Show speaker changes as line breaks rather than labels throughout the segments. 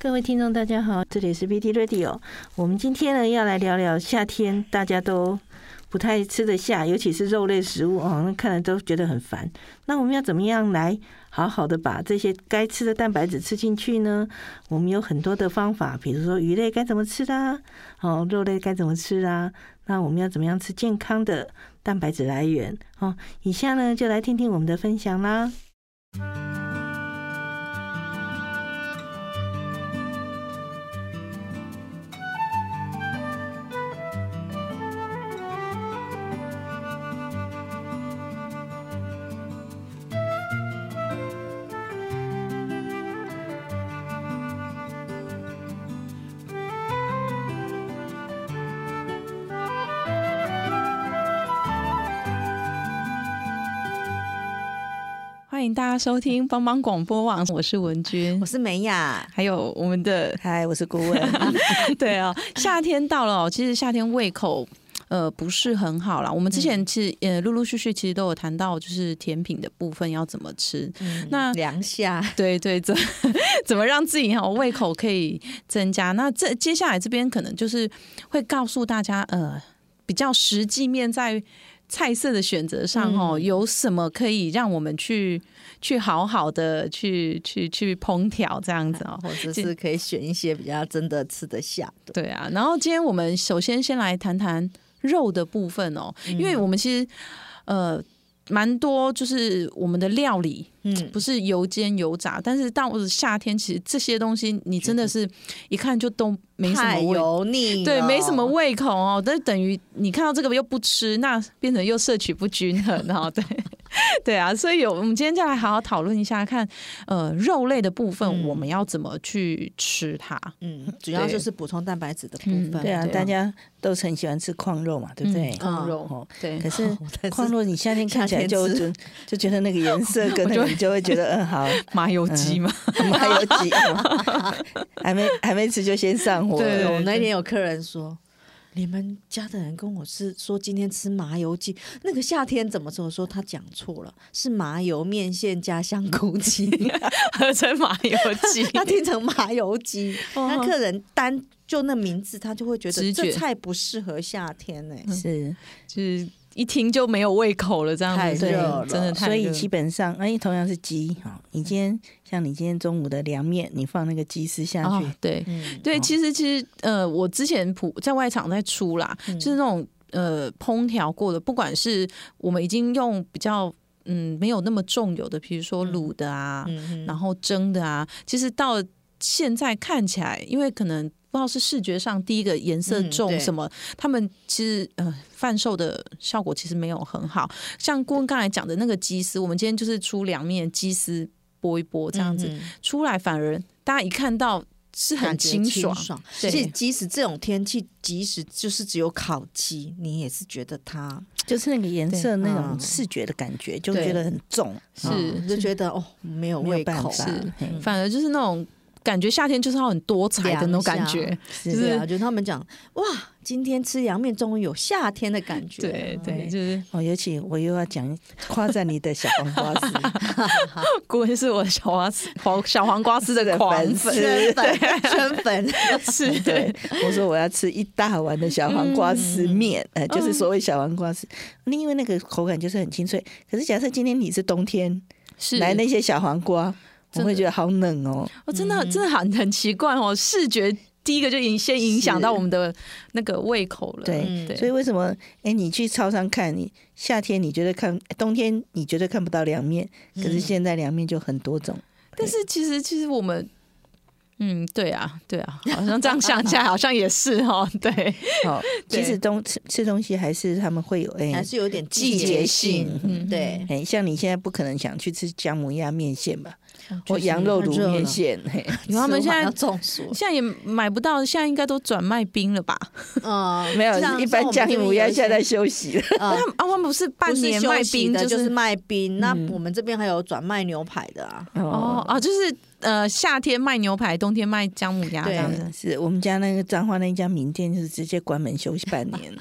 各位听众大家好，这里是 BT Radio。我们今天呢要来聊聊夏天大家都不太吃得下，尤其是肉类食物哦，那看了都觉得很烦。那我们要怎么样来好好的把这些该吃的蛋白质吃进去呢？我们有很多的方法，比如说鱼类该怎么吃啦，哦，肉类该怎么吃啦。那我们要怎么样吃健康的蛋白质来源？哦，以下呢就来听听我们的分享啦。
欢迎大家收听帮帮广播网，我是文君
我。是美雅。
还有我们的
嗨，我是顾问。
对啊，夏天到了哦，其实夏天胃口。呃，不是很好啦。我们之前其实呃，陆陆续续其实都有谈到，就是甜品的部分要怎么吃。那
凉夏，
对对，怎 怎么让自己好胃口可以增加？那这接下来这边可能就是会告诉大家，呃，比较实际面在菜色的选择上哦，有什么可以让我们去去好好的去去去烹调这样子哦。
或者是可以选一些比较真的吃得下的。
对啊，然后今天我们首先先来谈谈肉的部分哦，因为我们其实呃蛮多就是我们的料理
嗯，
不是油煎油炸，但是到了夏天，其实这些东西你真的是一看就都没什么
太
味。
油腻了，
对，没什么胃口哦，但等于你看到这个又不吃，那变成又摄取不均衡哦， 对，对啊，所以有我们今天就来好好讨论一下，看呃肉类的部分
嗯
我们要怎么去吃它，
嗯，主要就是补充蛋白质的部分。
嗯
对啊，
对啊
大家都是很喜欢吃矿肉嘛，对不对？
嗯
嗯
肉
哦，
对
可是
但是
矿肉你夏天看起来就
夏
就
天
就觉得那个颜色跟那
我就
个，你就会觉得嗯好，
麻油
嗯
鸡嘛，
还有 几还没还没吃就先上火
对
了。
我那天有客人说。你们家的人跟我是说今天吃麻油鸡，那个夏天怎么吃？我说他讲错了，是麻油面线加香 菇鸡，
合成麻油鸡
他听成麻油鸡。
哦
那客人单就那名字，他就会觉
直
得
觉嗯
这菜不适合夏天欸呢、
是，
就是一听就没有胃口了，这样
太
子
热了
真的太
所以
热
基本上，哎，同样是鸡哈，你今天像你今天中午的凉面，你放那个鸡丝下
哦
去，
对
嗯，
对，其实其实呃，我之前普在外场在出啦，
嗯
就是那种呃烹调过的，不管是我们已经用比较嗯没有那么重油的，比如说卤的啊，
嗯
然后蒸的啊，其实到现在看起来，因为可能。不知道是视觉上第一个颜色
嗯
重
对
什么，他们其实呃贩售的效果其实没有很好。像顾问刚才讲的那个鸡丝，我们今天就是出凉面鸡丝剥一剥这样子，
嗯
出来反而大家一看到是很
感觉
清爽，
爽。
对
其实即使这种天气，即使就是只有烤鸡，你也是觉得它
就是那个颜
对
色那种
嗯
视觉的感觉，就
对
觉得很重，
是
哦
你就觉得哦没有
没
胃
有办
口，
法
是，嗯
嘿
反而就是那种感觉夏天就是要很多彩的那种感觉
凉，
是
就是
对啊，就是他们讲哇，今天吃凉面终于有夏天的感觉了。
对
对
对，就是
哦，尤其我又要讲夸赞你的小黄瓜 丝，
顾问是我小黄黄小黄瓜丝的狂
粉
粉，
圈粉，圈粉，
是
对，我说我要吃一大碗的小黄瓜丝
嗯
面，呃，就是所谓小黄瓜丝，那因为那个口感就是很清脆。可是假设今天你是冬天
是
来那些小黄瓜，我
真
会
的
觉得好冷哦。
哦，真的真的很很奇怪哦，视觉第一个就影先影响
是
到我们的那个胃口了，嗯
对
对，
所以为什么？哎，你去超商看，你夏天你觉得看，冬天你绝对看不到凉面，可是现在凉面就很多种。
但是其实其实我们嗯，对啊，对啊，好像这样想起来，好像也是哦。对，
好，
对
其实东吃吃东西还是他们会有哎
还，是有点
季节性
嗯对，
哎，像你现在不可能想去吃姜母鸭面线吧，或
确实
羊肉
太
卤
热了
面线，嘿
因为他们
吃
现
完要
在
中 暑，
现在也买不到，现在应该都转卖冰了吧？
嗯，
没有，
像
一般姜母鸭现在在
像
休息了。
我们这边有一
他们
些
啊，他们不是
呃
半
不是
年
休
卖
息
冰
的就是
是
卖冰，那
嗯
我们这边还有转卖牛排的啊，
哦哦，就是呃，夏天卖牛排，冬天卖姜母鸭这
对
样
嗯
子。
是我们家那个彰化那一家名店，就是直接关门休息半年。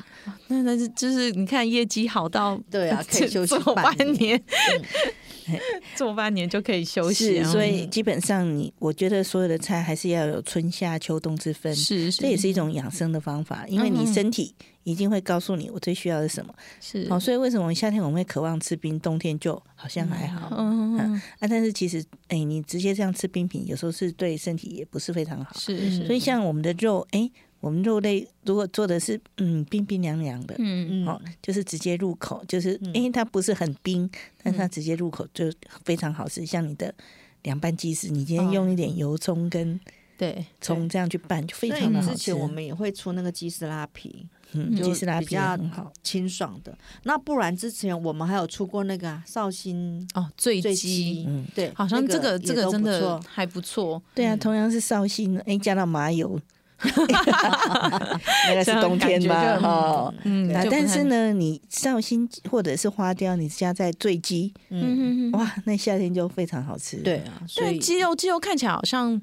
那那是就是你看业绩好到
对啊可以休息
做
半
半 年
嗯，
做半年就可以休息
是，
啊，
所以基本上你，我觉得所有的菜还是要有春夏秋冬之分。
是
这也是一种养生的方法，因为你
嗯
身体一定会告诉你我最需要的是什么。哦
是
好、所以为什么夏天我们会渴望吃冰，冬天就好像还好、
嗯嗯
啊？但是其实，哎，你直接这样吃冰品，有时候是对身体也不是非常好。
是是
所以像我们的肉，哎，我们肉类如果做的是嗯冰冰凉凉的，
嗯
哦
嗯，，
就是直接入口，就是
嗯
因为它不是很冰，
嗯
但是它直接入口就非常好吃。像你的凉拌鸡翅，你今天
哦
用一点油葱跟
对
葱这样去拌，就非
所
常的
以
好
之
吃
前。我们也会出那个鸡丝拉皮，
嗯，
就
鸡丝拉
比
皮也
较
很好。
嗯
清爽的。那不然之前我们还有出过那个啊绍兴
哦醉
醉
鸡。
鸡，
嗯，
对，
好像
那
这个
个
这
也
个
都
真
不
的
错
还不错，
对啊，
嗯
同样是绍兴，哎，加到麻油，那个是冬天
这
吧？
样感觉就
哈。
嗯
啊
就不
但
太
是呢，你绍兴或者是花雕，你加在醉鸡，
嗯，
嗯，哇，
哇，那夏天就非常好吃。
对，啊，所
但
以
鸡肉鸡肉看起来好像，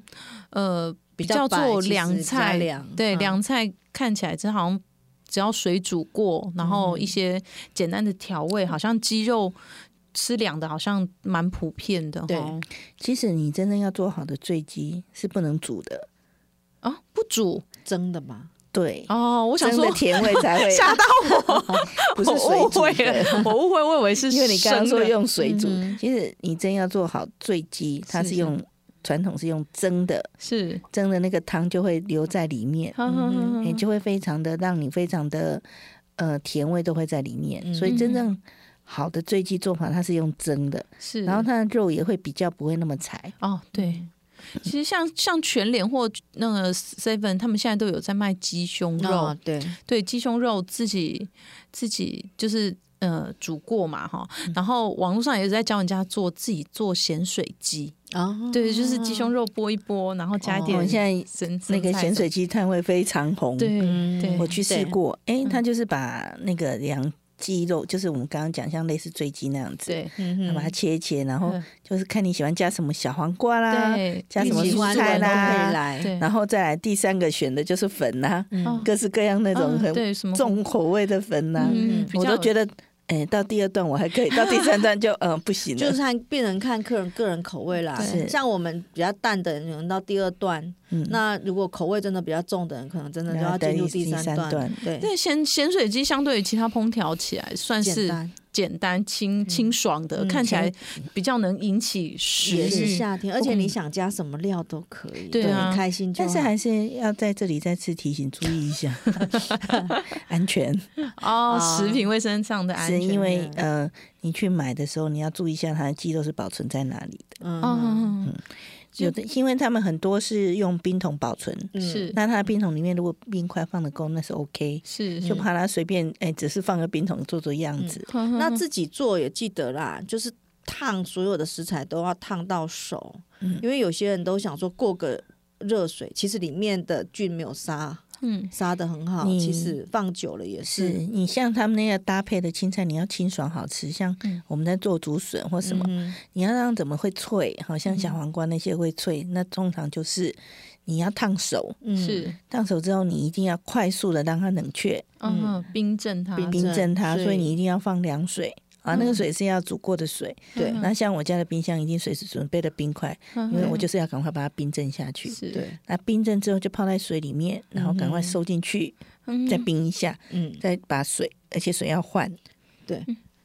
呃，
比
较
白
做
其实
凉
比较
菜
凉
对，
嗯
凉菜看起来这好像只要水煮过，然
嗯
后一些简单的调味，好像鸡肉吃凉的，好像蛮普遍的。
对
哦
其实你真正要做好的醉鸡是不能煮的。
啊，不煮
蒸的嘛，
对，
哦，我想
真
说
的甜味才 会
吓到我，
不是水
我误
煮
会
的。
了，我误会，我以为是
因为你刚刚
生
说
的
用水煮，
嗯哼
其实你真要做好醉鸡，它
是
是用传统是用蒸的，
是，
蒸的那个汤就会留在里面，
哈哈哈
你、就会非常的让你非常的呃甜味都会在里
嗯
面。所以真正好的醉鸡做法，它是用蒸的，
是，
然后它的肉也会比较不会那么柴。
哦，对，其实像像全联或那个 Seven，他们现在都有在卖鸡胸肉，
嗯
啊对，
哦对，鸡胸肉自己自己就是呃煮过嘛哈，
嗯
然后网络上也有在教人家做自己做咸水鸡，
啊，
对，就是鸡胸肉剥一剥，然后加一
我
点
哦们现在
生
那个咸，水
生菜
鸡摊会非常红，
对
嗯
对，
我去试过，哎、
嗯
它就是把那个羊鸡肉，就是我们刚刚讲像类似醉鸡那样子，
对，
嗯
它
哼
把它切一切，然后
嗯
就是看你喜欢加什么小黄瓜啦，
对，
加什么
喜
蔬
欢
菜
的都可
啦
以来，
对，
然后再来第三个选的就是粉啦、
哦
各式各样那种
啊
很
对什么
重口味的粉啦、
嗯，
我都觉
得
得，哎、到第二段我还可以， 到第三段就嗯不行了，
就是看病人看客人个人口味啦
是，
像我们比较淡的人，可能到第二段，
嗯
那如果口味真的比较重的人，可能真的就
然后
要
再
进入
第
第
三
三段
段，
对，
那咸咸水鸡相对于其他烹调起来算
简
是
单，
简单清清爽的，
嗯
看起来
清
比较能引起食
也是
欲。
夏天，而且你想加什么料都可以，
对啊
你开心就
但
好。
是还是要在这里再次提醒注意一 下安全。
哦，
呃
啊
食品卫生上的安全
是
的，
因为呃，你去买的时候你要注意一下它的鸡肉是保存在哪里的。
嗯，
嗯，就
有的，因为他们很多是用冰桶保存，
嗯
是
那它的冰桶里面如果冰块放的够，那是 OK，
是
就怕它随便哎、只是放个冰桶做做样子。
那
那自己做也记得啦，就是烫所有的食材都要烫到熟，
嗯
因为有些人都想说过个热水，其实里面的菌没有杀，
嗯
杀的很好，
嗯
其实放久了也
是
是。
你像他们那个搭配的青菜，你要清爽好吃。像
嗯
我们在做竹笋或什么，
嗯
你要让怎么会脆，好像小黄瓜那些会脆，那通常就是你要烫熟，
嗯
是
烫熟之后你一定要快速的让它冷却，
嗯哼冰镇它
冰
冰镇它，
对
所以你一定要放凉水啊，那个水是要煮过的水。
对
嗯
那像我家的冰箱一定随时准备的冰块，
嗯
因为我
嗯
就是要赶快把它冰镇下去。
是
对，
那冰镇之后就泡在水里面，然后赶快收进去，
嗯
再冰一下，
嗯，
再把水，而且水要换。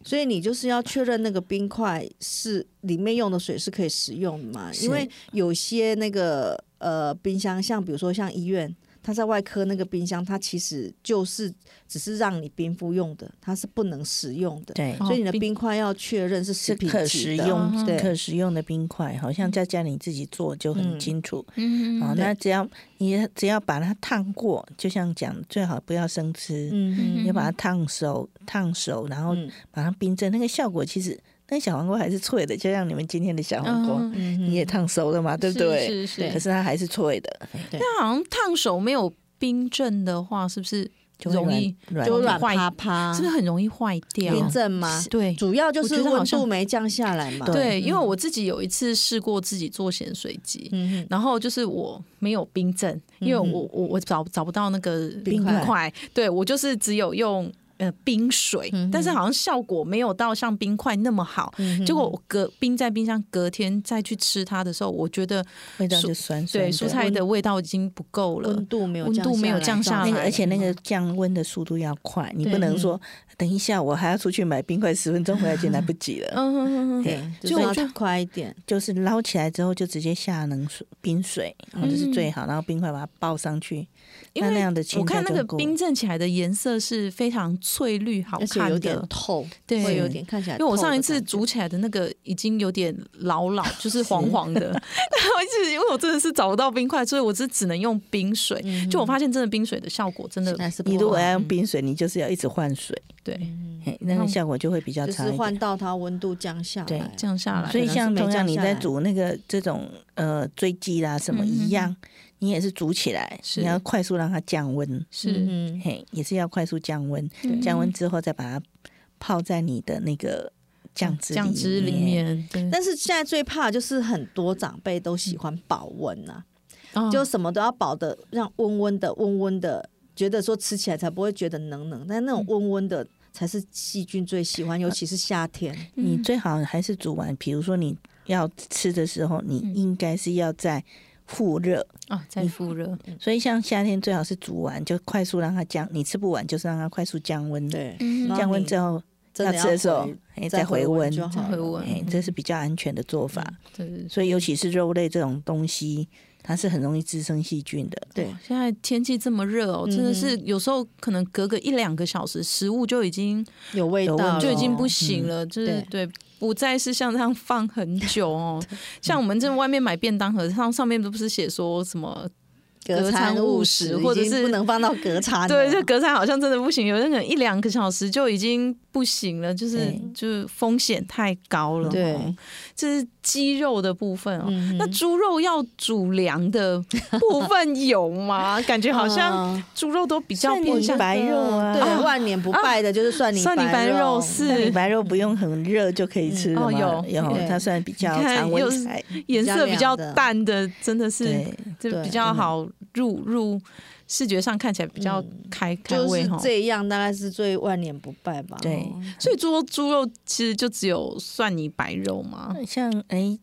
所以你就是要确认那个冰块是里面用的水是可以食用的嘛？
是
因为有些那个呃冰箱，像比如说像医院，它在外科那个冰箱，它其实就是只是让你冰敷用的，它是不能食用的。
对，
所以你的
哦冰
冰块要确认是食
是
品
可
级
食
的
用、
对
可食用的冰块，好像在家里自己做就很
嗯
清楚。
嗯
哦，
对
那只要你只要把它烫过，就像讲，最好不要生吃，
嗯
你要把它烫熟，烫熟，然后
嗯
把它冰镇，那个效果其实那个小黄瓜还是脆的，就像你们今天的小黄瓜，
嗯
嗯
你也烫熟了嘛，对不对？
是是
可
是。
是它还是脆的，
那好像烫手没有冰镇的话，是不是
就会
容易
软
就
软
软
掉
坏
趴
啊
趴，
是不是很容易坏掉？
炎症吗？
对
主要就
我觉
是
得好
温度
像
没降下来嘛。
对，
嗯
因为我自己有一次试过自己做咸水鸡，
嗯
然后就是我没有冰镇，因为
嗯哼
我我我找找不到那个
冰
冰
块
块，对我就是只有用呃冰水
嗯哼，
但是好像效果没有到像冰块那么好。
嗯，
结果我隔冰在冰箱，隔天再去吃它的时候，我觉得
味道
蔬
就酸酸
对
的。
蔬菜的味道已经不够了
温。度没有
温度没有降下
那个，
来
而且那个降温的速度要快，你
对
不能说等一下我还要出去买冰块，十分钟回来就来不 及了。
嗯哼哼哼哼，
对，
就
就
我
是
就
要快一点。
就是捞起来之后就直接下冷水冰水，然后这是最好，然后冰块把它爆上去。
因
那那
为
样的青
我看那
菜就
个
够
冰
了
镇起来的颜色是非常翠绿好
而且
看
有点
的，
透，
对
会有点看起来
因
呃透的感觉。
为我上一次煮起来的那个已经有点老 老，就是黄黄的。但我一直因为我真的是找不到冰块，所以我只只能用冰水。
嗯哼
就我发现，真的冰水的效果真的
还是不啊
你如果
好
要用冰水，你就是要一直换水，
对
嘿那个效果就会比较
就是
差一
换
点。
到它温度降下
对
来，啊
降下来，
所以
可能是
像
没
同样
降
你
下
在
来
煮那个这种呃追鸡啦什么
嗯
一样，你也是煮起来，
是
你要快速让它降温，
是
嗯
嘿，也是要快速降温，
对
降温之后再把它泡在你的那个酱汁
酱汁里。面，对
但是现在最怕的就是很多长辈都喜欢
嗯
保温啊，
哦
就什么都要保的，让温温的、温温的，觉得说吃起来才不会觉得冷冷。但
嗯
那种温温的才是细菌最喜
呃
欢，尤其是夏天。
你最好还是煮完，比如说你要吃的时候，你
嗯
应该是要在复热，
啊再
嗯
复热，
所以像夏天最好是煮完就快速让它降，你吃不完就是让它快速降温。，
对，
嗯
然后
降温
你
之后
真的
要吃的时候
回
哎
再
再回温
温，就
再
好
回
了。嗯
温，
哎，这是比较安全的做法。
对对对。
所以尤其是肉类这种东西，它是很容易滋生细菌的。
对，
现在天气这么热哦，
嗯哼
真的是有时候可能隔个一两个小时，食物就已经
有味
有
道
温
就已
了
经不
哦
行了，就是对。不再是像这样放很久哦
对，
像我们这外面买便当盒，上上面都不是写说什么？
隔
隔
餐
餐
误
误
食，
食或者
已经
是
不能放到隔餐了。
对，这隔餐好像真的不行，有的人一两个小时就已经不行了，就是
对
就是风险太高了。哦
对，
这是鸡肉的部分哦。
嗯哼
那猪肉要煮凉的部分有吗？感觉好像
嗯
猪肉都比较
蒜泥
偏向
白肉啊
对，
啊
万年不败的就是蒜泥
蒜泥白肉
肉
那你
是
白肉不用很热就可以吃了
嗯
嘛？
哦有
有
对
它算比较
你看
常
又
温
是
菜。
颜色比较
比较凉的
淡的，真的是
对，
就
对
比较
真的
好入入视觉上看起来比较开、开
就是
胃哈。
这样，大概是最万年不败吧。
对
哦，
所以猪肉猪肉其实就只有蒜泥白肉嘛，
像哎，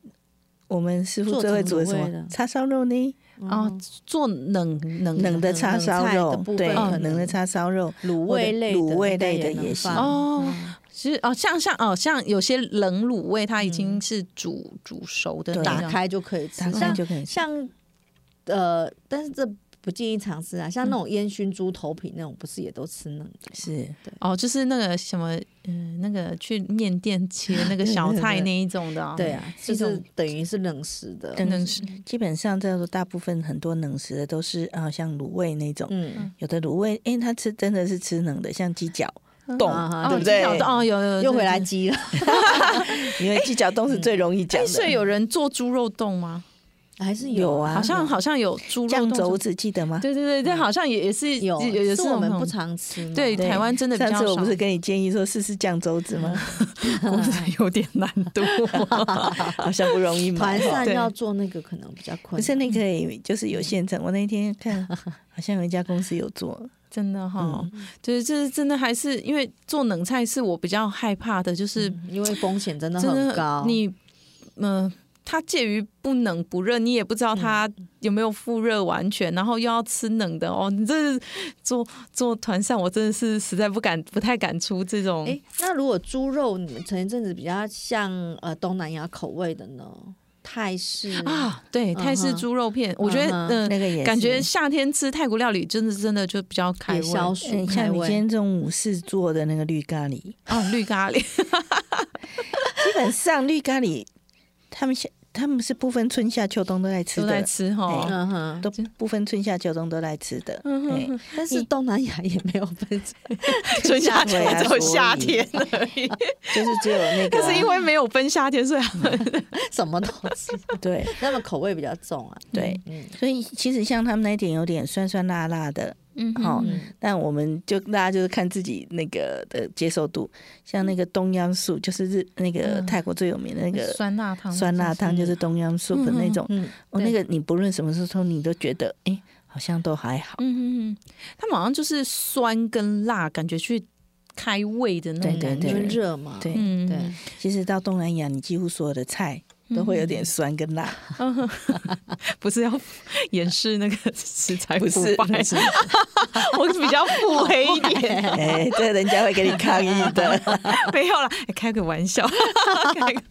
我们师傅最会煮的什
做成卤味
么
的
叉烧肉呢？
啊，做冷嗯冷
冷的叉烧
冷菜的
肉
部，分
对，
可能
冷的叉烧肉，
卤味类的
卤味类的
应该
也
能
是
放
哦
嗯
其实哦，像像哦，像有些冷卤味，它已经是煮、煮熟的
对
那
打
种，
开就可以吃
打。开
像
就可以吃。
像呃，但是这不建议尝试啊。像那种烟熏猪头皮那种，不是也都吃冷的？
是，
哦，就是那个什么，嗯、那个去面店切那个小菜那一种的、哦，
对，啊，
这
就是
种
等于是冷食的。
冷
能是
基本上这大部分很多冷食的都是啊，像卤味那种，
嗯，
有的卤味，哎，它吃真的是吃冷的，像鸡脚冻
啊，哈
对不
哦
对
鸡脚？冻哦，有有有
又回来
对对
鸡了。
因为鸡脚冻是最容易讲
哎，所以
的。
有人做猪肉冻吗？
还是
有啊
好像好像有猪肉
酱
冻
肘，子记得吗？
对对对，这好像也也是
有，
也也
是
是
我们
那
不
种
常吃嘛。
对
对
台湾真的比
上
较
次我
少
不，是跟你建议说试试酱肘 子吗？
我觉得有点难度。
好像不容易买
团。
哦
扇
对
要做那个可能比较困
不
难。
是那个也，就是有现成。我那天 看，好像有一家公司有做，
真的哈、就是这真的还是因为做冷菜是我比较害怕的，就是
因为风险嗯真的
真
很
的
高。
你嗯、呃它介于不冷不热，你也不知道它有没有复热完全，然后又要吃冷的哦。你这是做做团扇，我真的是实在不敢，不太敢出这种。
哎，那如果猪肉你们前一阵子比较像呃东南亚口味的呢？泰式
嗯
啊，对，泰式
嗯哼
猪肉片，我觉得
嗯哼
嗯、
那个也是
感觉夏天吃泰国料理真的真的就比较开
也
胃
消暑
嗯，
开
像你今
胃。
天中午是做的那个绿咖喱，基
哦，绿咖 喱
本上绿咖喱，他们现他们是不分春夏秋冬都在吃
都在
的，
吃哈
哎。
嗯哼，
都不分春夏秋冬都在吃的。
嗯
哎
哼，
但是东南亚也没有分成
春夏秋
对
只
啊
有
所以
夏天而已，
就是只有那个
可
啊、
是因 为没有分夏天，所以
什么都 吃，
对
他们口味比较重啊。
对，
嗯，
所以其实像他们那一点有点酸酸辣辣的，
嗯
好、
嗯
但我们就大家就是看自己那个的接受度。像那个东央素，就是日那个泰国最有名的那个
酸辣汤，
酸辣汤，就是东央素的那种。
嗯
哦，
对
那个你不论什么时候你都觉得，哎、好像都还好。
嗯嗯嗯，他们好像就是酸跟辣，感觉去开胃的那种
对对
感
对
觉
因为。热嘛，
对
嗯
对，
其实到东南亚，你几乎所有的菜都会有点酸跟辣，
不是要掩饰那个食材
不
腐
是？
败，
不是
我比较腹黑一 点，
哎、这人家会给你抗议的。
没有啦，哎开个玩 笑，开个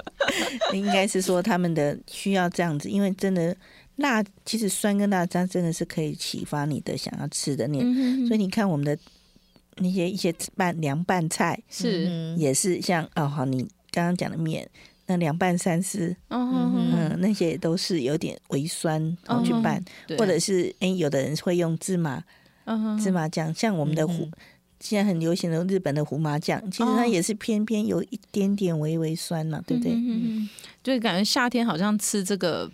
应该是说他们的需要这样子，因为真的辣，其实酸跟辣它真的是可以启发你的想要吃的念。
嗯
所以你看我们的那些一些拌凉拌菜，
是，
嗯
也是像哦，好，你刚刚讲的面。那凉拌三丝，
嗯
嗯、那些也都是有点微酸，然后去拌，
对
或者是哎、有的人会用芝麻，
嗯
芝麻酱，像我们的胡，
嗯
现在很流行的日本的胡麻酱，其实它也是偏偏有一点点微微酸嘛，对不对？
哦嗯，对，感觉夏天好像吃这个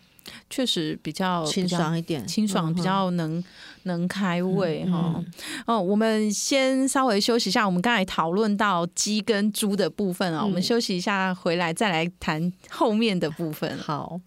确实比较
清。爽一点，
比较清爽
嗯
比较能、能开胃哈、
嗯
哦，我们先稍微休息一下。我们刚才讨论到鸡跟猪的部分啊、我们
嗯
休息一下，回来再来谈后面的部分。啊
好。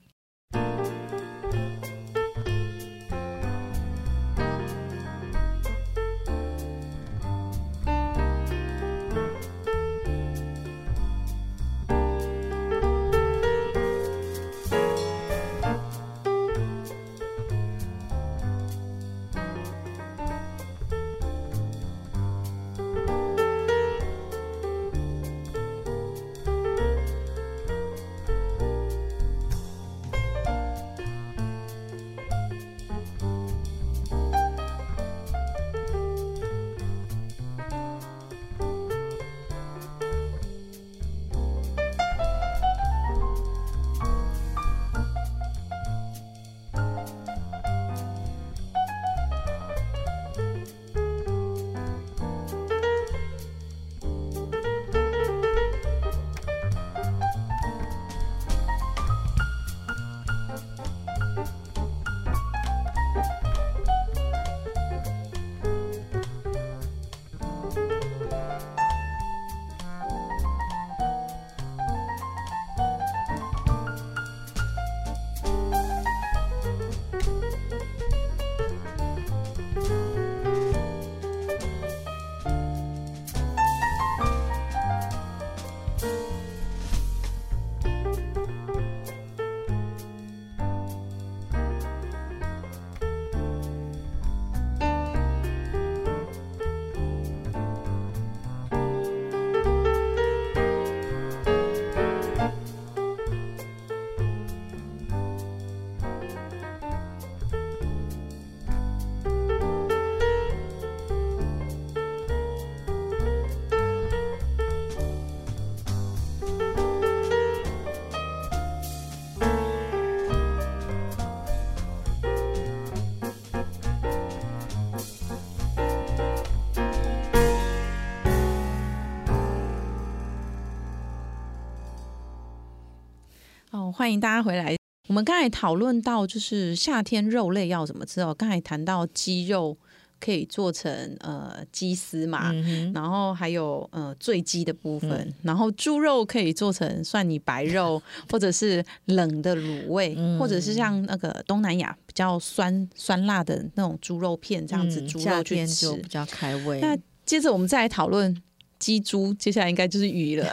哦，欢迎大家回来。我们刚才讨论到，就是夏天肉类要怎么吃哦。刚才谈到鸡肉可以做成呃鸡丝嘛，
嗯哼，嗯
然后还有呃醉鸡的部分，然后猪肉可以做成蒜泥白肉，或者是冷的卤味，
嗯
或者是像那个东南亚比较酸酸辣的那种猪肉片，这样子
嗯
猪
夏
肉去
天
吃。
就比较开胃。
那接着我们再来讨论鸡猪，接 下来应该就是鱼了。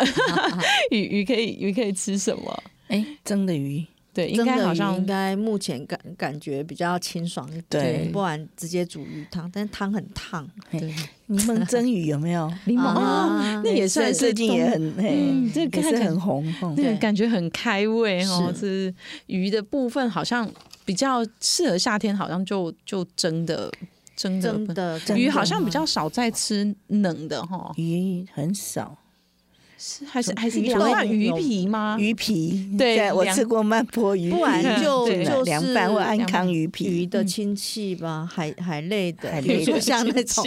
鱼鱼可以鱼可以吃什么？
哎、蒸的鱼
对，应
蒸
该
的
好
鱼
像
应该目前感感觉比较清爽一点，
对
不然直接煮鱼汤，但是汤很烫。
对
柠檬蒸鱼有没有？
柠檬
啊
哦，那也算
最
是
最近也
冬
很，嘿
嗯，这
也
看
是
起来嗯
很红。哦
那个
对
感觉很开胃哦，
是
是鱼的部分好像比较适合夏天，好像就就蒸的蒸的
真的
蒸
鱼
的
好像比较少在吃冷的哈，
鱼很少，
是还是
从
还是
鱼
有
冻
那鱼
有
皮吗？
鱼皮，
啊对
我
凉
吃过曼波鱼皮，
不然就
对
就是
凉拌或安康鱼
鱼
皮。嗯
的亲戚吧，海海类的
海，
比如
类
说
的
像那种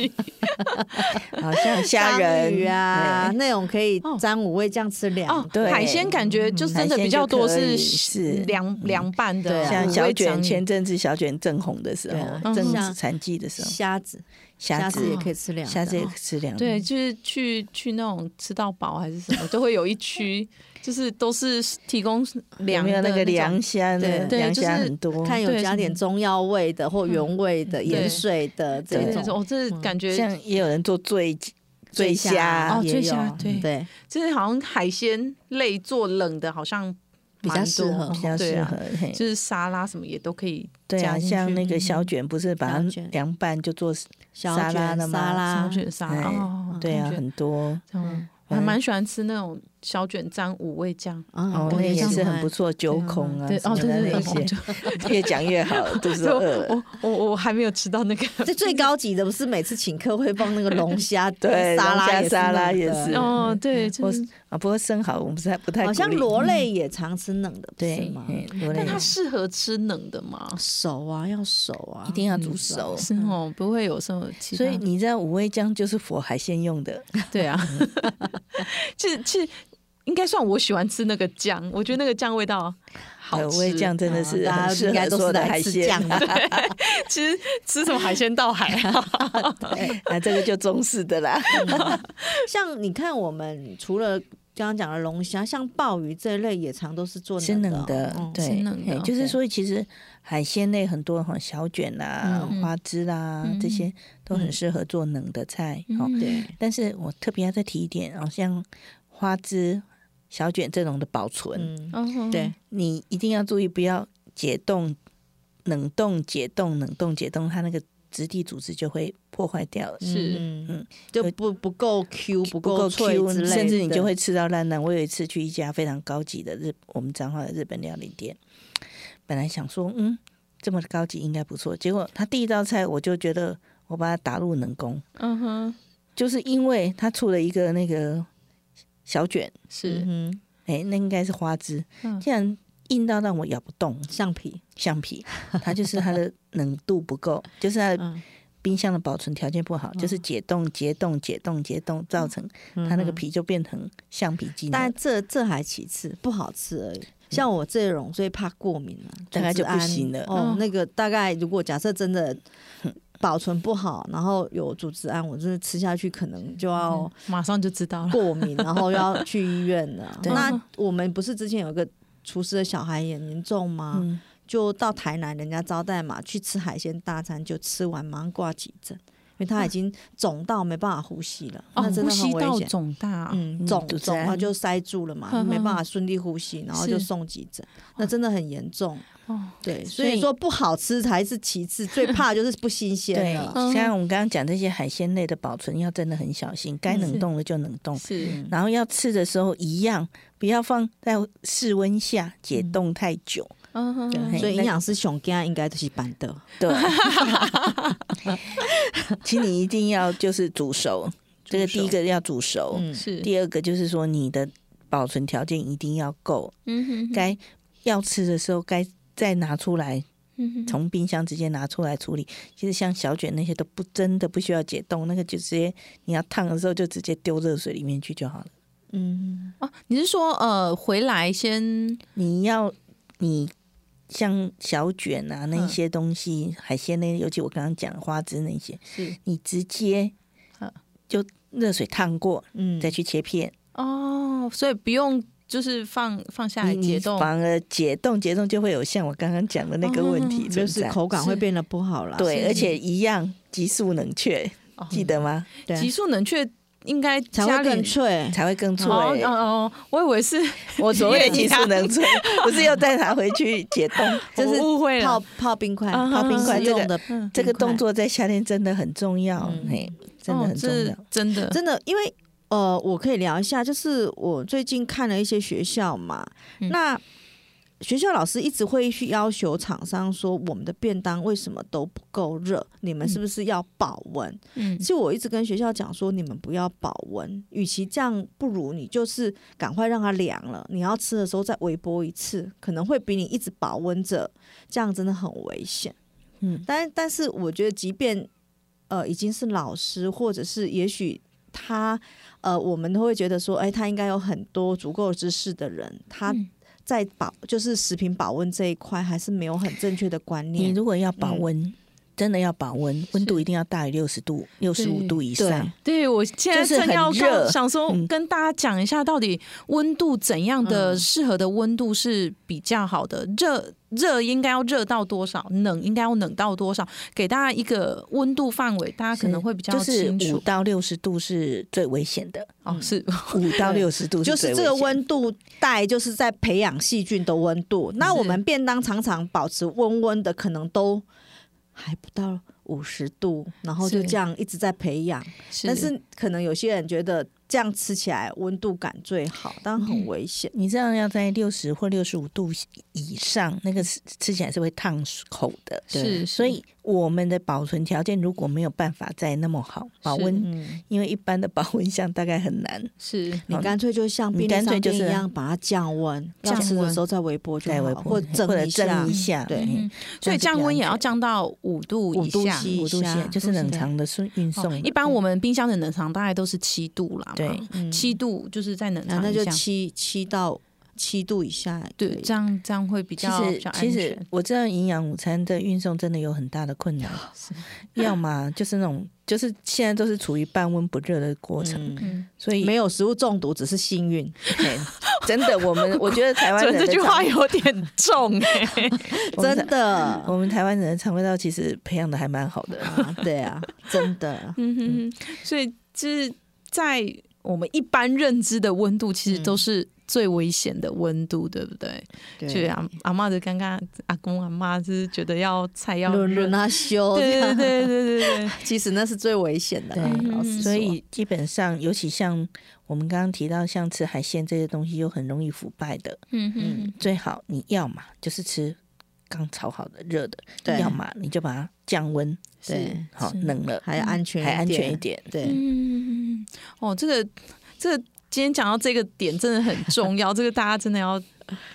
好像虾
章
仁
鱼啊，
对
那种可以
哦
沾五味酱吃
哦
凉。，
对
海鲜感觉就真的比较多
海鲜就可以
是
是嗯
凉凉拌的
对
啊，
啊
像
五
小
味章
卷
鱼
前阵子小卷正红的时
对啊
候，正
嗯
产季的时候，
虾子，
虾
子
子
也可以
哦
吃哦凉的。
虾子也吃凉的，
对，就是去去那种吃到饱还是什么，都会有一区，就是都是提供
有
凉
没有
的
那个
种
凉虾呢？
对
凉
就是
虾很多，
看有
对
加
什
点
么
中药味的或原味的、
嗯
盐
对
水的这
对
对
那种，
种。
我这感觉
嗯像也有人做醉醉
啊
虾
哦，
也
醉
有嗯
虾对
对，
就是好像海鲜类做冷的，好像
比较
蛮
适
多
合
比较
对
适
啊
合。嘿
就是沙拉什么也都可以
对
加
啊，
进
像
去嗯
那个小卷不是把它
小卷哦
凉拌就做，
小
沙拉
卷
的
沙
吗
拉
小，卷沙拉，
哎
哦
对啊，
感觉
很多
嗯，我还蛮喜欢吃那种小卷沾五味 酱。
哦
哦，
我
那
也
也
喜
是很不错，九孔啊
对，
什
哦，
么
对
的
对
那
对，
些，
就
越讲越好，肚子
就
饿了。
我我我还没有吃到那 个，
这最高级的不是每次请客会放那个龙虾
对
沙
龙
拉
虾
也是
沙拉
冷
也
的
是
哦，对，就是，
啊，不过生蚝我们不太不太
好像
鼓励嗯
螺类也常吃冷的，不是
对
吗？，
嗯螺类
但它适合吃冷的嘛？
熟啊，要熟啊，
一定要煮
嗯
熟，
是哦，不会有什么其他
所以你知道五味酱就是佛海鲜用的，
对 啊，其实其实应该算我喜欢吃那个酱，我觉得那个酱味道好
呃
吃。
五味酱真的是
大
很
家
适
应该
合
都
所
是
有的海
来吃
鲜
酱的，
其实吃什么海鲜到海啊？
啊，这个就中式的啦。
像你看，我们除了刚刚讲的龙虾，像鲍鱼这一类也常都是做
是
的
冷
哦，
的，
嗯
对，
是冷的
嘿就是说其实海鲜类很多哈，小卷啦、
嗯嗯
花枝啦、
嗯
这些都很适合做冷的菜哦。
对，
但是我特别要再提一点哦，像花枝、小卷这种的保存，
嗯，
嗯，
对，
你一定要注意不要解冻、冷冻、解冻、冷冻、解冻，它那个质地组织就会破坏掉了。
是
嗯
嗯
就不不够 Q，不
不
够脆
Q，
之类的，
甚至你就会吃到烂烂。我有一次去一家非常高级的日，我们彰化的日本料理店，本来想说，嗯，这么高级应该不错，结果他第一道菜我就觉得我把它打入冷宫，
嗯哼，
就是因为他出了一个那个小卷，
是
嗯
哎，那应该是花枝
嗯，
竟然硬到让我咬不动
哼橡皮，
橡皮，它就是它的冷度不够，就是它的
嗯，
冰箱的保存条件不好，就是解冻、解冻、解冻、解冻，造成
嗯
它那个
哼
皮就变成橡皮筋了。
但这这还其次，不好吃而已。像我这种最怕过敏了、
嗯大概就不
组织胺
行了
哦
嗯，
那个大概如果假设真的保存不好，然后有组织胺，我真的吃下去可能就
哦
要
马上就知道了。
过敏，然后要去医院了。
嗯 对嗯
那我们不是之前有一个厨师的小孩也严重吗？
嗯
就到台南人家招待嘛，去吃海鲜大餐，就吃完马上挂急诊，因为
嗯
他已经肿到没办法呼吸了，
哦
那，真
呼
的很
吸
危
道
险。
肿大，啊
嗯，
嗯
肿
肚子
肿，然后
癌
就塞住了嘛，
哼哼
没办法顺利呼吸，然后就是送急诊，那真的很严重。
嗯
哦，
对，
所
所以
以
说不好吃才是其次，最怕就是不新鲜
对
了。，
像我们刚刚讲这些海鲜类的保存要真的很小心，该冷冻的就冷冻，
是
嗯
然后要吃的时候一样，不要放在室温下解冻太久。
嗯哼，
对
所以
那
营养师熊肝应该都是板的，
对，请你一定要就是煮熟，这个第一个要煮熟，
嗯，
是，
第二个就是说你的保存条件一定要够，
嗯哼
该要吃的时候该再拿出来
嗯哼
从冰箱直接拿出来处理。其实像小卷那些都不真的不需要解冻，那个就直接你要烫的时候就直接丢热水里面去就好了。
嗯，
哦，你是说呃，回来先
你要你像小卷啊那一些东西，海鲜类，尤其我刚刚讲的花枝那些，
是
你直接
嗯
就热水烫过，
嗯
再去切片，
哦，所以不用就是放放下来
你
解
你
冻，
反而解冻解冻就会有像我刚刚讲的那个问题
就
存
是
在。
口感
是
会变得不好啦。
对，而且一样急速冷却，
哦
记得吗？
对
急速冷却应该
才
家
会
里
更脆。
才会更脆。
哦 哦哦，我以为是
欸我所谓的
你
技术能吹， 不是要带它回去解冻。
这是
我误会了，
泡
嗯
泡冰块，
啊
泡冰块
实
这个
用的
这个
冰块
动作在夏天真的很重要，
嗯
嘿，真的
哦
很重要
这。真的
真的，因为呃，我可以聊一下，就是我最近看了一些学校嘛，
嗯
那学校老师一直会去要求厂商说，我们的便当为什么都不够热？你们是不是要保温？
嗯
其实我一直跟学校讲说，你们不要保温，与其这样，不如你就是赶快让它凉了，你要吃的时候再微波一次，可能会比你一直保温着，这样真的很危险。
嗯，
但但是我觉得，即便呃已经是老师，或者是也许他呃，我们都会觉得说，哎，他应该有很多足够知识的人，他
嗯
在保、就是食品保温这一块还是没有很正确的观
你
念。
如果要保温，真的要保温，温度一定要大于六十度、六十五
对
度以
对
上。
对，我现在
就是
正
很
要
热
告想说
嗯
跟大家讲一下，到底温度怎样的
嗯
适合的温度是比较好的？热热应该要热到多少？冷应该要冷到多少？给大家一个温度范围，大家可能会比较
就是
清
五嗯
楚。
到六十度是最危险的，
哦，是
五到六十度
就是
最
这个
危险的
温度带，就是在培养细菌的温度。
嗯
那我们便当常常保持温温的，可能都还不到五十度，然后就是这样一直在培养。
是，
但是可能有些人觉得这样吃起来温度感最好，但很危险。
你这样要在六十或六十五度以上，那个吃吃起来是会烫口的。
是
对
是
所以我们的保存条件如果没有办法再那么好保温，
嗯，
因为一般的保温箱大概很难
是
你干脆就像
你
便利
干脆
商店
就是
一样，把它降温，
降
要
温
吃的时候再微波就
再
好，
微波，
或蒸
者
一下
蒸一。下，
对
嗯
嗯所以降温也要降到五度以
五度
下。
C
五度线，就是冷藏的送运送
哦
的。
一般我们冰箱的冷藏大概都是七度啦嘛，
对
嗯
七度就是在冷
那
藏
那
一
就
下，
七七到七度以下也可以，
对，这样这样会比
其
较比
实
较安
其实
全。哦
我知道营养午餐的运送真的有很大的困难， 要么就是那种就是现在都是处于半温不热的过程，
嗯
嗯，
所以
没有食物中毒，只是幸运。
嘿真的 我们我觉得台湾
这
人的
这句
肠
话有点 重哎、
我们
真
台
的，
我们台湾人的肠胃道其实培养的还蛮好的。
啊对啊， 真的。
嗯哼哼，所以就是在我们一般认知的温度，其实都是最危险的温度，对不对？所以
啊
对，
阿阿妈的刚刚阿公阿妈是觉得要菜要
轮
热
轮，啊修，
对对对对对对，
其实那是最危险的啦。
对
老实
嗯
说
所以基本上，尤其像我们刚刚提到，像吃海鲜这些东西，又很容易腐败的。
嗯
嗯
哼，
最好你要嘛就是吃刚炒好的热的，
对
要么你就把它降温，
对，
好
是
冷了
还安全，
嗯还安全一。点。
对，
嗯，哦，这个这个今天讲到这个点真的很重要，这个大家真的 要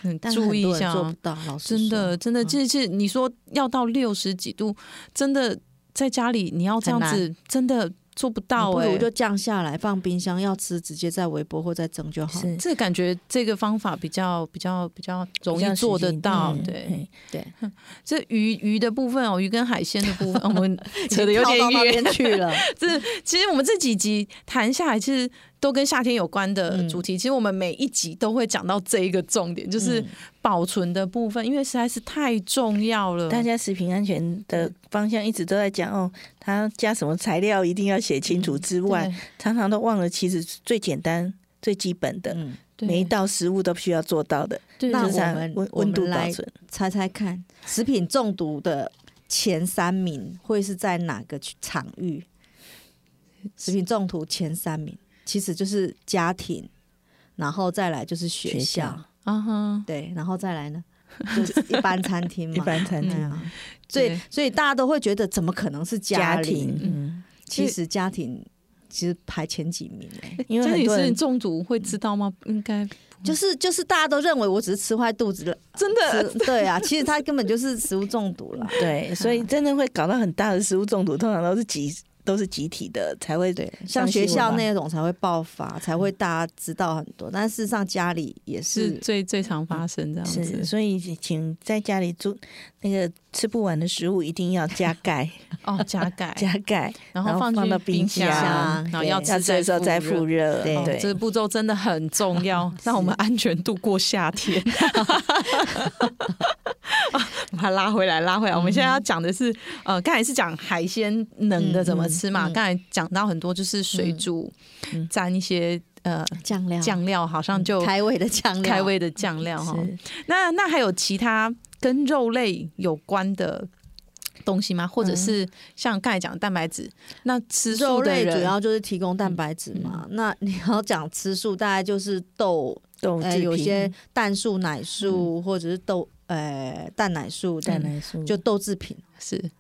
嗯
但
注意一下
啊
很多人做不到，老实
真的，
说，
真的，就是嗯你说要到六十几度，真的在家里你要这样
很
子，真的做不
那
到
不
哎、
欸
如就降下来放冰箱，要吃直接在微波或再蒸就好。
是
哦这感觉这个方法比较比较比较容
比较
易
实
做得
际
到，
嗯
对。
嘿
这鱼鱼的部分哦，鱼跟海鲜的部 分，哦我们扯得有
跳
点
到那
远
边。去了，
这其实我们这几集谈下来，其实都跟夏天有关的
嗯
主题。其实我们每一集都会讲到这一个重点，就是
嗯
保存的部分，因为实在是太重要了。
大家食品安全的方向一直都在讲哦，它加什么材料一定要写清楚之外，
嗯
常常都忘了其实最简单、最基本的，
嗯，
对
每一道食物都需要做到的，
对
那
就
对
是
我
它
们
温
我
温
们
度保
来
存。
猜猜看，食品中毒的前三名会是在哪个区场域？食品中毒前三名其实就是家庭，然后再来就是学校，
学校
啊哈，
对，然后再来呢，就是一般餐厅 嘛，
一般餐
对
厅、
啊所以
对
所以大家都会觉得怎么可能是
家
里？
庭，嗯，
其实家庭其实排前几名、欸，
因为
家
很
里
多
是
人嗯
你中毒会知道吗？应该
就是就是大家都认为我只是吃坏肚子了，
真
吃
的
对啊，其实他根本就是食物中毒了。
对，所 以真的会搞到很大的食物中毒，通常都是集都是集体的才会
对，
上
像学
新闻
校
吧
那种才会爆发，才会大家知道很多，但事实上家里也
是
是。
最最常发生这样
嗯是，
子
所以请在家里做那个吃不完的食物，一定要 加盖，
哦，加钙，
加盖，
然
然后
后放
放
去
到冰
箱，
箱
然后
对
要
要
吃
吃的时候再
复
复。热。
对
哦
对，
这个步骤真的很重要，让我们安全度过夏天。 把它拉回来，拉回来。我们现在要讲的是，呃，刚才是讲海鲜冷的怎么吃嘛，
嗯嗯
刚才讲到很多就是水煮，沾一些呃
酱料
酱料，好像就
开胃的酱料，
开胃的酱料哈。
是
那那还有其他跟肉类有关的东西吗？或者是像刚才讲的蛋白质，那吃
肉
素的
类
人嗯
主要就是提供蛋白质嘛。那你要讲吃素，大概就是豆，
豆
呃，
制
有
品
些蛋素奶素、或者是豆呃蛋奶素
蛋
这样
奶
嗯
素
就豆制品。
是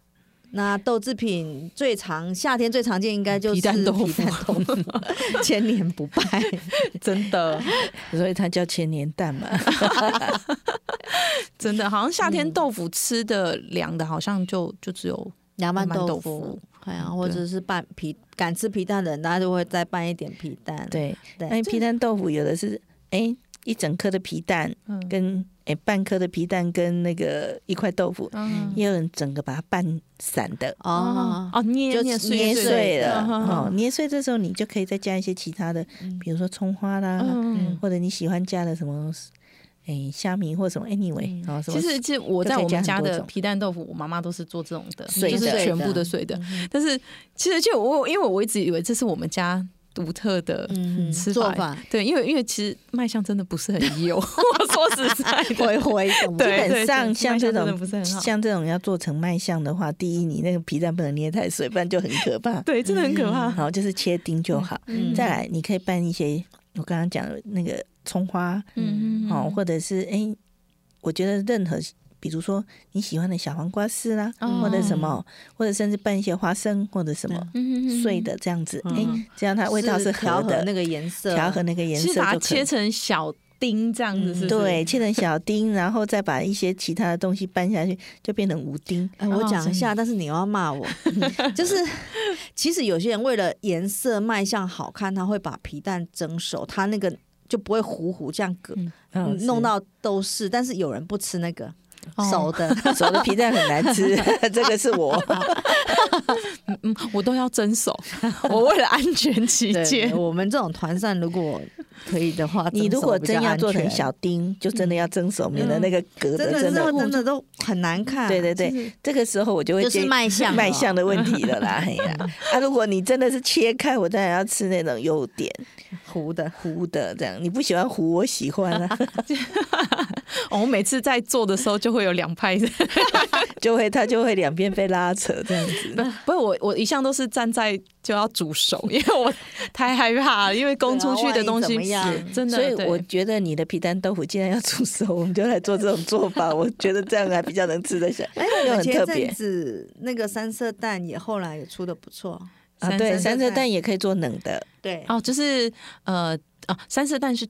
那豆制品最常夏天最常见应该就是
皮蛋豆腐
皮蛋 豆腐千年不败。
真的，
所以它叫千年 蛋嘛。
真的，好像夏天豆腐吃的凉的，好像就就只有
凉拌
凉拌
豆
豆
腐
腐，
哎呀，或
对
者是拌皮，敢吃皮蛋的人，大家就会再拌一点皮蛋。
对，哎
对，
那皮蛋豆腐有的是哎、一整颗的皮蛋
嗯
跟哎、半颗的皮蛋跟那个一块豆腐，
嗯
也有人整个把它拌散的。
哦，
哦捏
就
捏碎
捏碎
的
了
嗯
哦，捏碎这时候你就可以再加一些其他的，比如说葱花啦，
嗯
或者你喜欢加的什么，哎，虾米或什么，anyway，然后什么
其实，其实我在我们家
就可以加很多
的
种
皮蛋豆腐，我妈妈都是做这种的，
碎
就
的
是全部的碎的。但是其实就我，因为我一直以为这是我们家独特的
嗯
吃
做
法，
法
对，因为因为其实卖相真的不是很有， 我说实 在
回
的，
回什么的？
对
基本上
对
像这
麦香真的
种
不是很好
像这种要做成卖相的话，第一你那个皮蛋不能捏太碎，不然就很可怕。嗯
对，真的很可怕。
好，就是切丁就好。
嗯
再来，你可以拌一些我刚刚讲的那个葱花，
嗯
哦，或者是哎、我觉得任何比如说你喜欢的小黄瓜丝啦，
嗯
或者什么，或者甚至拌一些花生或者什么
嗯
碎，的这样子，哎、这样它味道是
调
合
和
的，
那个颜色，
调和那个颜
其
色
实把它
就可以嗯
切。成小丁这样子，是不是
对，，切成小丁，然后再把一些其他的东西拌下去，就变成五丁。
哎，我讲一下，但是你又要骂 我，就是其实有些人为了颜色卖相好看，他会把皮蛋蒸熟，他那个就不会糊糊这样隔
嗯
弄到都是。但是有人不吃那个
哦
熟的，
熟的皮蛋很 难吃，这个是我。
啊
嗯，我都要蒸 熟，我为了安全起
对
见
对，我们这种团扇，如果可以的话，
你如果
蒸熟
真
比较
要
安
做成
全嗯
小丁，就真的要蒸熟，免得那个隔
真
的
的是
真的。
真的都很难看。
对对对，这个时候我就会
就
建
是
议
卖相了哦
卖相的问题了 啦。哎呀，啊，如果你真的是切开，我当然要吃那种有点
糊的，
糊的这样。你不喜欢糊，我喜欢 啊，
哦我每次在做的时候就会有两 派的，
就会它就会两边被拉扯这样子。
不是我，我一向都是站在就要煮熟，因为我太害怕了，因
啊
为供出去的东西、
对啊万一怎么样
嗯真的，
所以
对
我觉得你的皮蛋豆腐既然要出手，我们就来做这种做法。我觉得这样还比较能吃得下，
哎，
又
我
很
前
特别
阵。子那个三色蛋也后来也出的不错，
啊，
三
对，
色
三色
蛋
蛋也可以做冷的，
对，
哦，就是呃啊，三色蛋是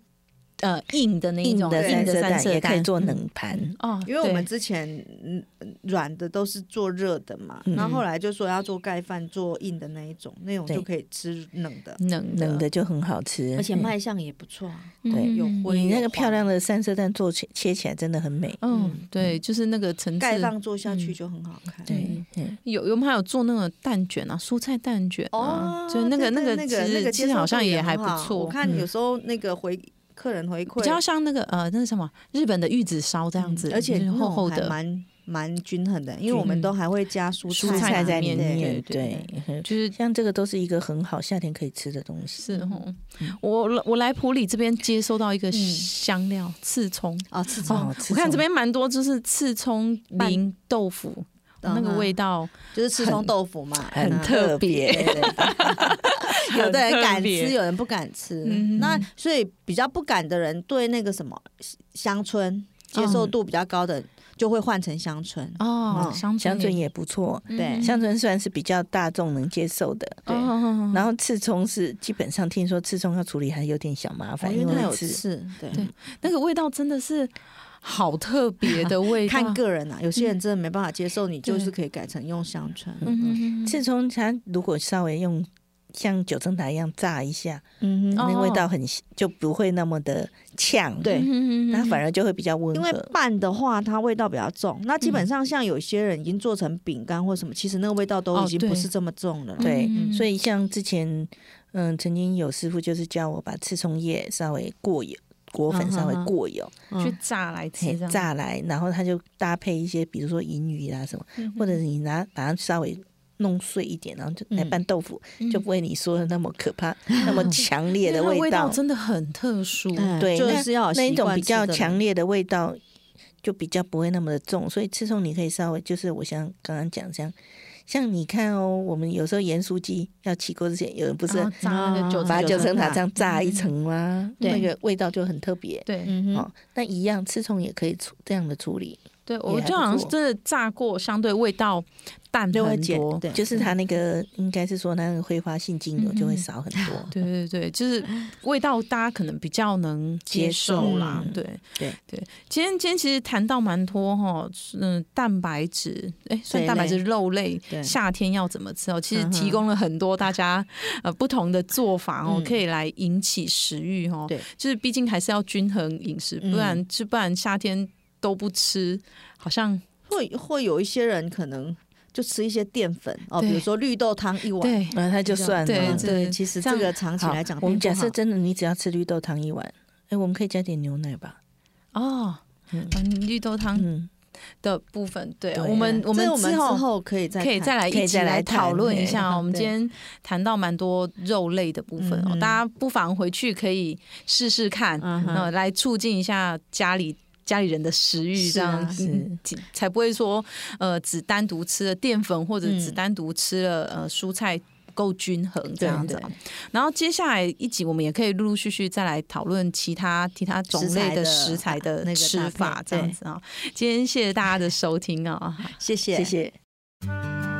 呃硬的那一
硬
种
的
硬
三色
三
蛋
色
也可以做
嗯
冷盘。
哦，
因为我们
对
之前嗯软的都是做热的嘛，
嗯
然后后来就说要做盖饭，做硬的那一种，那种
对
就可以吃冷的，
冷
冷的就很好吃，
而且卖相也不错啊，
对
有
嗯
灰
你那
有
个
黄
漂亮的三色蛋做起切起来真的很美。
嗯，对，就是嗯那个层次
盖饭做下去就很好看。
对，嗯，
有有，我们还有做那个蛋卷啊，蔬菜蛋卷
哦
啊，就那个
对对
个
那
其
个那
实
个
其
接
实
受
好
度
像也
很
还不
好
错，嗯
我看有时候那个回客人回馈
比较像那个呃那是什么日本的玉子烧这样子，
嗯而且
就是厚
那种
厚
还
的，
蛮蛮均衡的，因为我们都还会加蔬啊
蔬菜
菜
在
在里
里面对
面，对，嗯
就是
像这个都是一个很好夏天可以吃的东西。
是
嗯
哦，我我来普里这边接收到一个香料、刺葱，
啊，吃
哦
葱，
嗯刺
我看这
葱
边蛮多就是刺葱淋豆腐，
嗯
那个味道
就是吃葱豆腐嘛，
很
嗯
特别
对对对有的人敢
很特别
吃，有人不敢吃
嗯。
那所以比较不敢的人，对那个什么乡村接受度比较高的，就会换成乡村。
哦，
嗯
香椿
香
嗯
椿也不错，
对
香椿算是比较大众能接受的。
哦哦
嗯
哦
然后刺葱是基本上听说刺葱要处理还有点小麻
哦
烦，
因为它有
刺
刺，对，
那个味道真的是好特别的味 道，
看个人啊，有些人真的没办法接受，你就是可以改成用乡村。
嗯
刺葱它如果稍微用像九层塔一样炸一下，
嗯哼，
那
哦
味道很就不会那么的呛，
对
嗯
它反而就会比较温
因为
和。
拌的话，它味道比较重。那基本上像有些人已经做成饼干或什么，其实那个味道都
哦
已经不是这么重了。
对，
嗯
所以像之前，嗯，曾经有师傅就是教我把刺葱叶稍微过油裹粉稍微
嗯哼哼
过油，
去炸来吃
嘿
这样，
炸来，然后它就搭配一些，比如说银鱼啊什么，
嗯哼
或者是你拿把它稍微弄碎一点，然后就来
嗯
拌豆腐，
嗯
就不会你说的那么可怕、那么强烈
因为
的
它味嗯
道。
真的很特殊。
哎
对，
就是要有
那那一
习
种
惯
比
吃
较
的人
强烈的味道，就比较不会那么的重，所以吃葱你可以稍微就是我像刚刚讲像像你看哦，我们有时候盐酥鸡要起锅之前，有人不
不
是
炸那个
啊
九
把
层
九
九层
层
塔
塔
这样炸一层吗？
对
那个味道就很特别。
对，
嗯哼，
哦，那一样吃葱也可以处这样的处理，
对，我
也还
就
不
好像
错
真的炸过，相对味道淡
六会
很
减
多。
对，
就是它那个应该是说它那个挥发性精油就会少很多。
对对对，就是味道，大家可能比较能接
接
受
受
啦。
嗯
对
对
对，今天今天其实谈到蛮多哈，嗯，蛋白质，哎，算
对
蛋白质
类
肉类，
对
夏天要怎么吃哦？其实
嗯哼
提供了很多大家呃不同的做法哦，
嗯
可以来引起食欲哦。
对，
就是毕竟还是要均衡饮食，不然就不然夏天都不吃，好像
会会有一些人可能就吃一些淀粉哦，
对
比如说绿豆汤一碗，
对
然后它就算了。
对
嗯
这
对，其实
这
这
样
个长期
好
来讲，
我们
并
假
不好
设真的你只要吃绿豆汤一碗，哎，我们可以加点牛奶吧。
哦，
嗯
嗯，绿豆汤
嗯，
的部分，对
对
我们我
这
们
个我们
之后
后可以再
可以
看
再来
可
一
以
起
再来
来
谈
讨论一下哦。
对
我们今天谈到蛮多肉类的部分哦，
嗯
大家不妨回去可以试试看，
嗯哼
那、来促进一下家里。家里人的食欲
是
这样
啊，
是
嗯才不会说，呃，只单独吃了淀粉或者
嗯
只单独吃了呃蔬菜不够均衡这
对
样子
对
哦。然后接下来一集我们也可以陆陆续续再来讨论其他其他种类的食
食
材
材
的
的那个搭
吃
配
法这样
对
子啊、今天谢谢大家的收听啊、
谢谢
谢谢。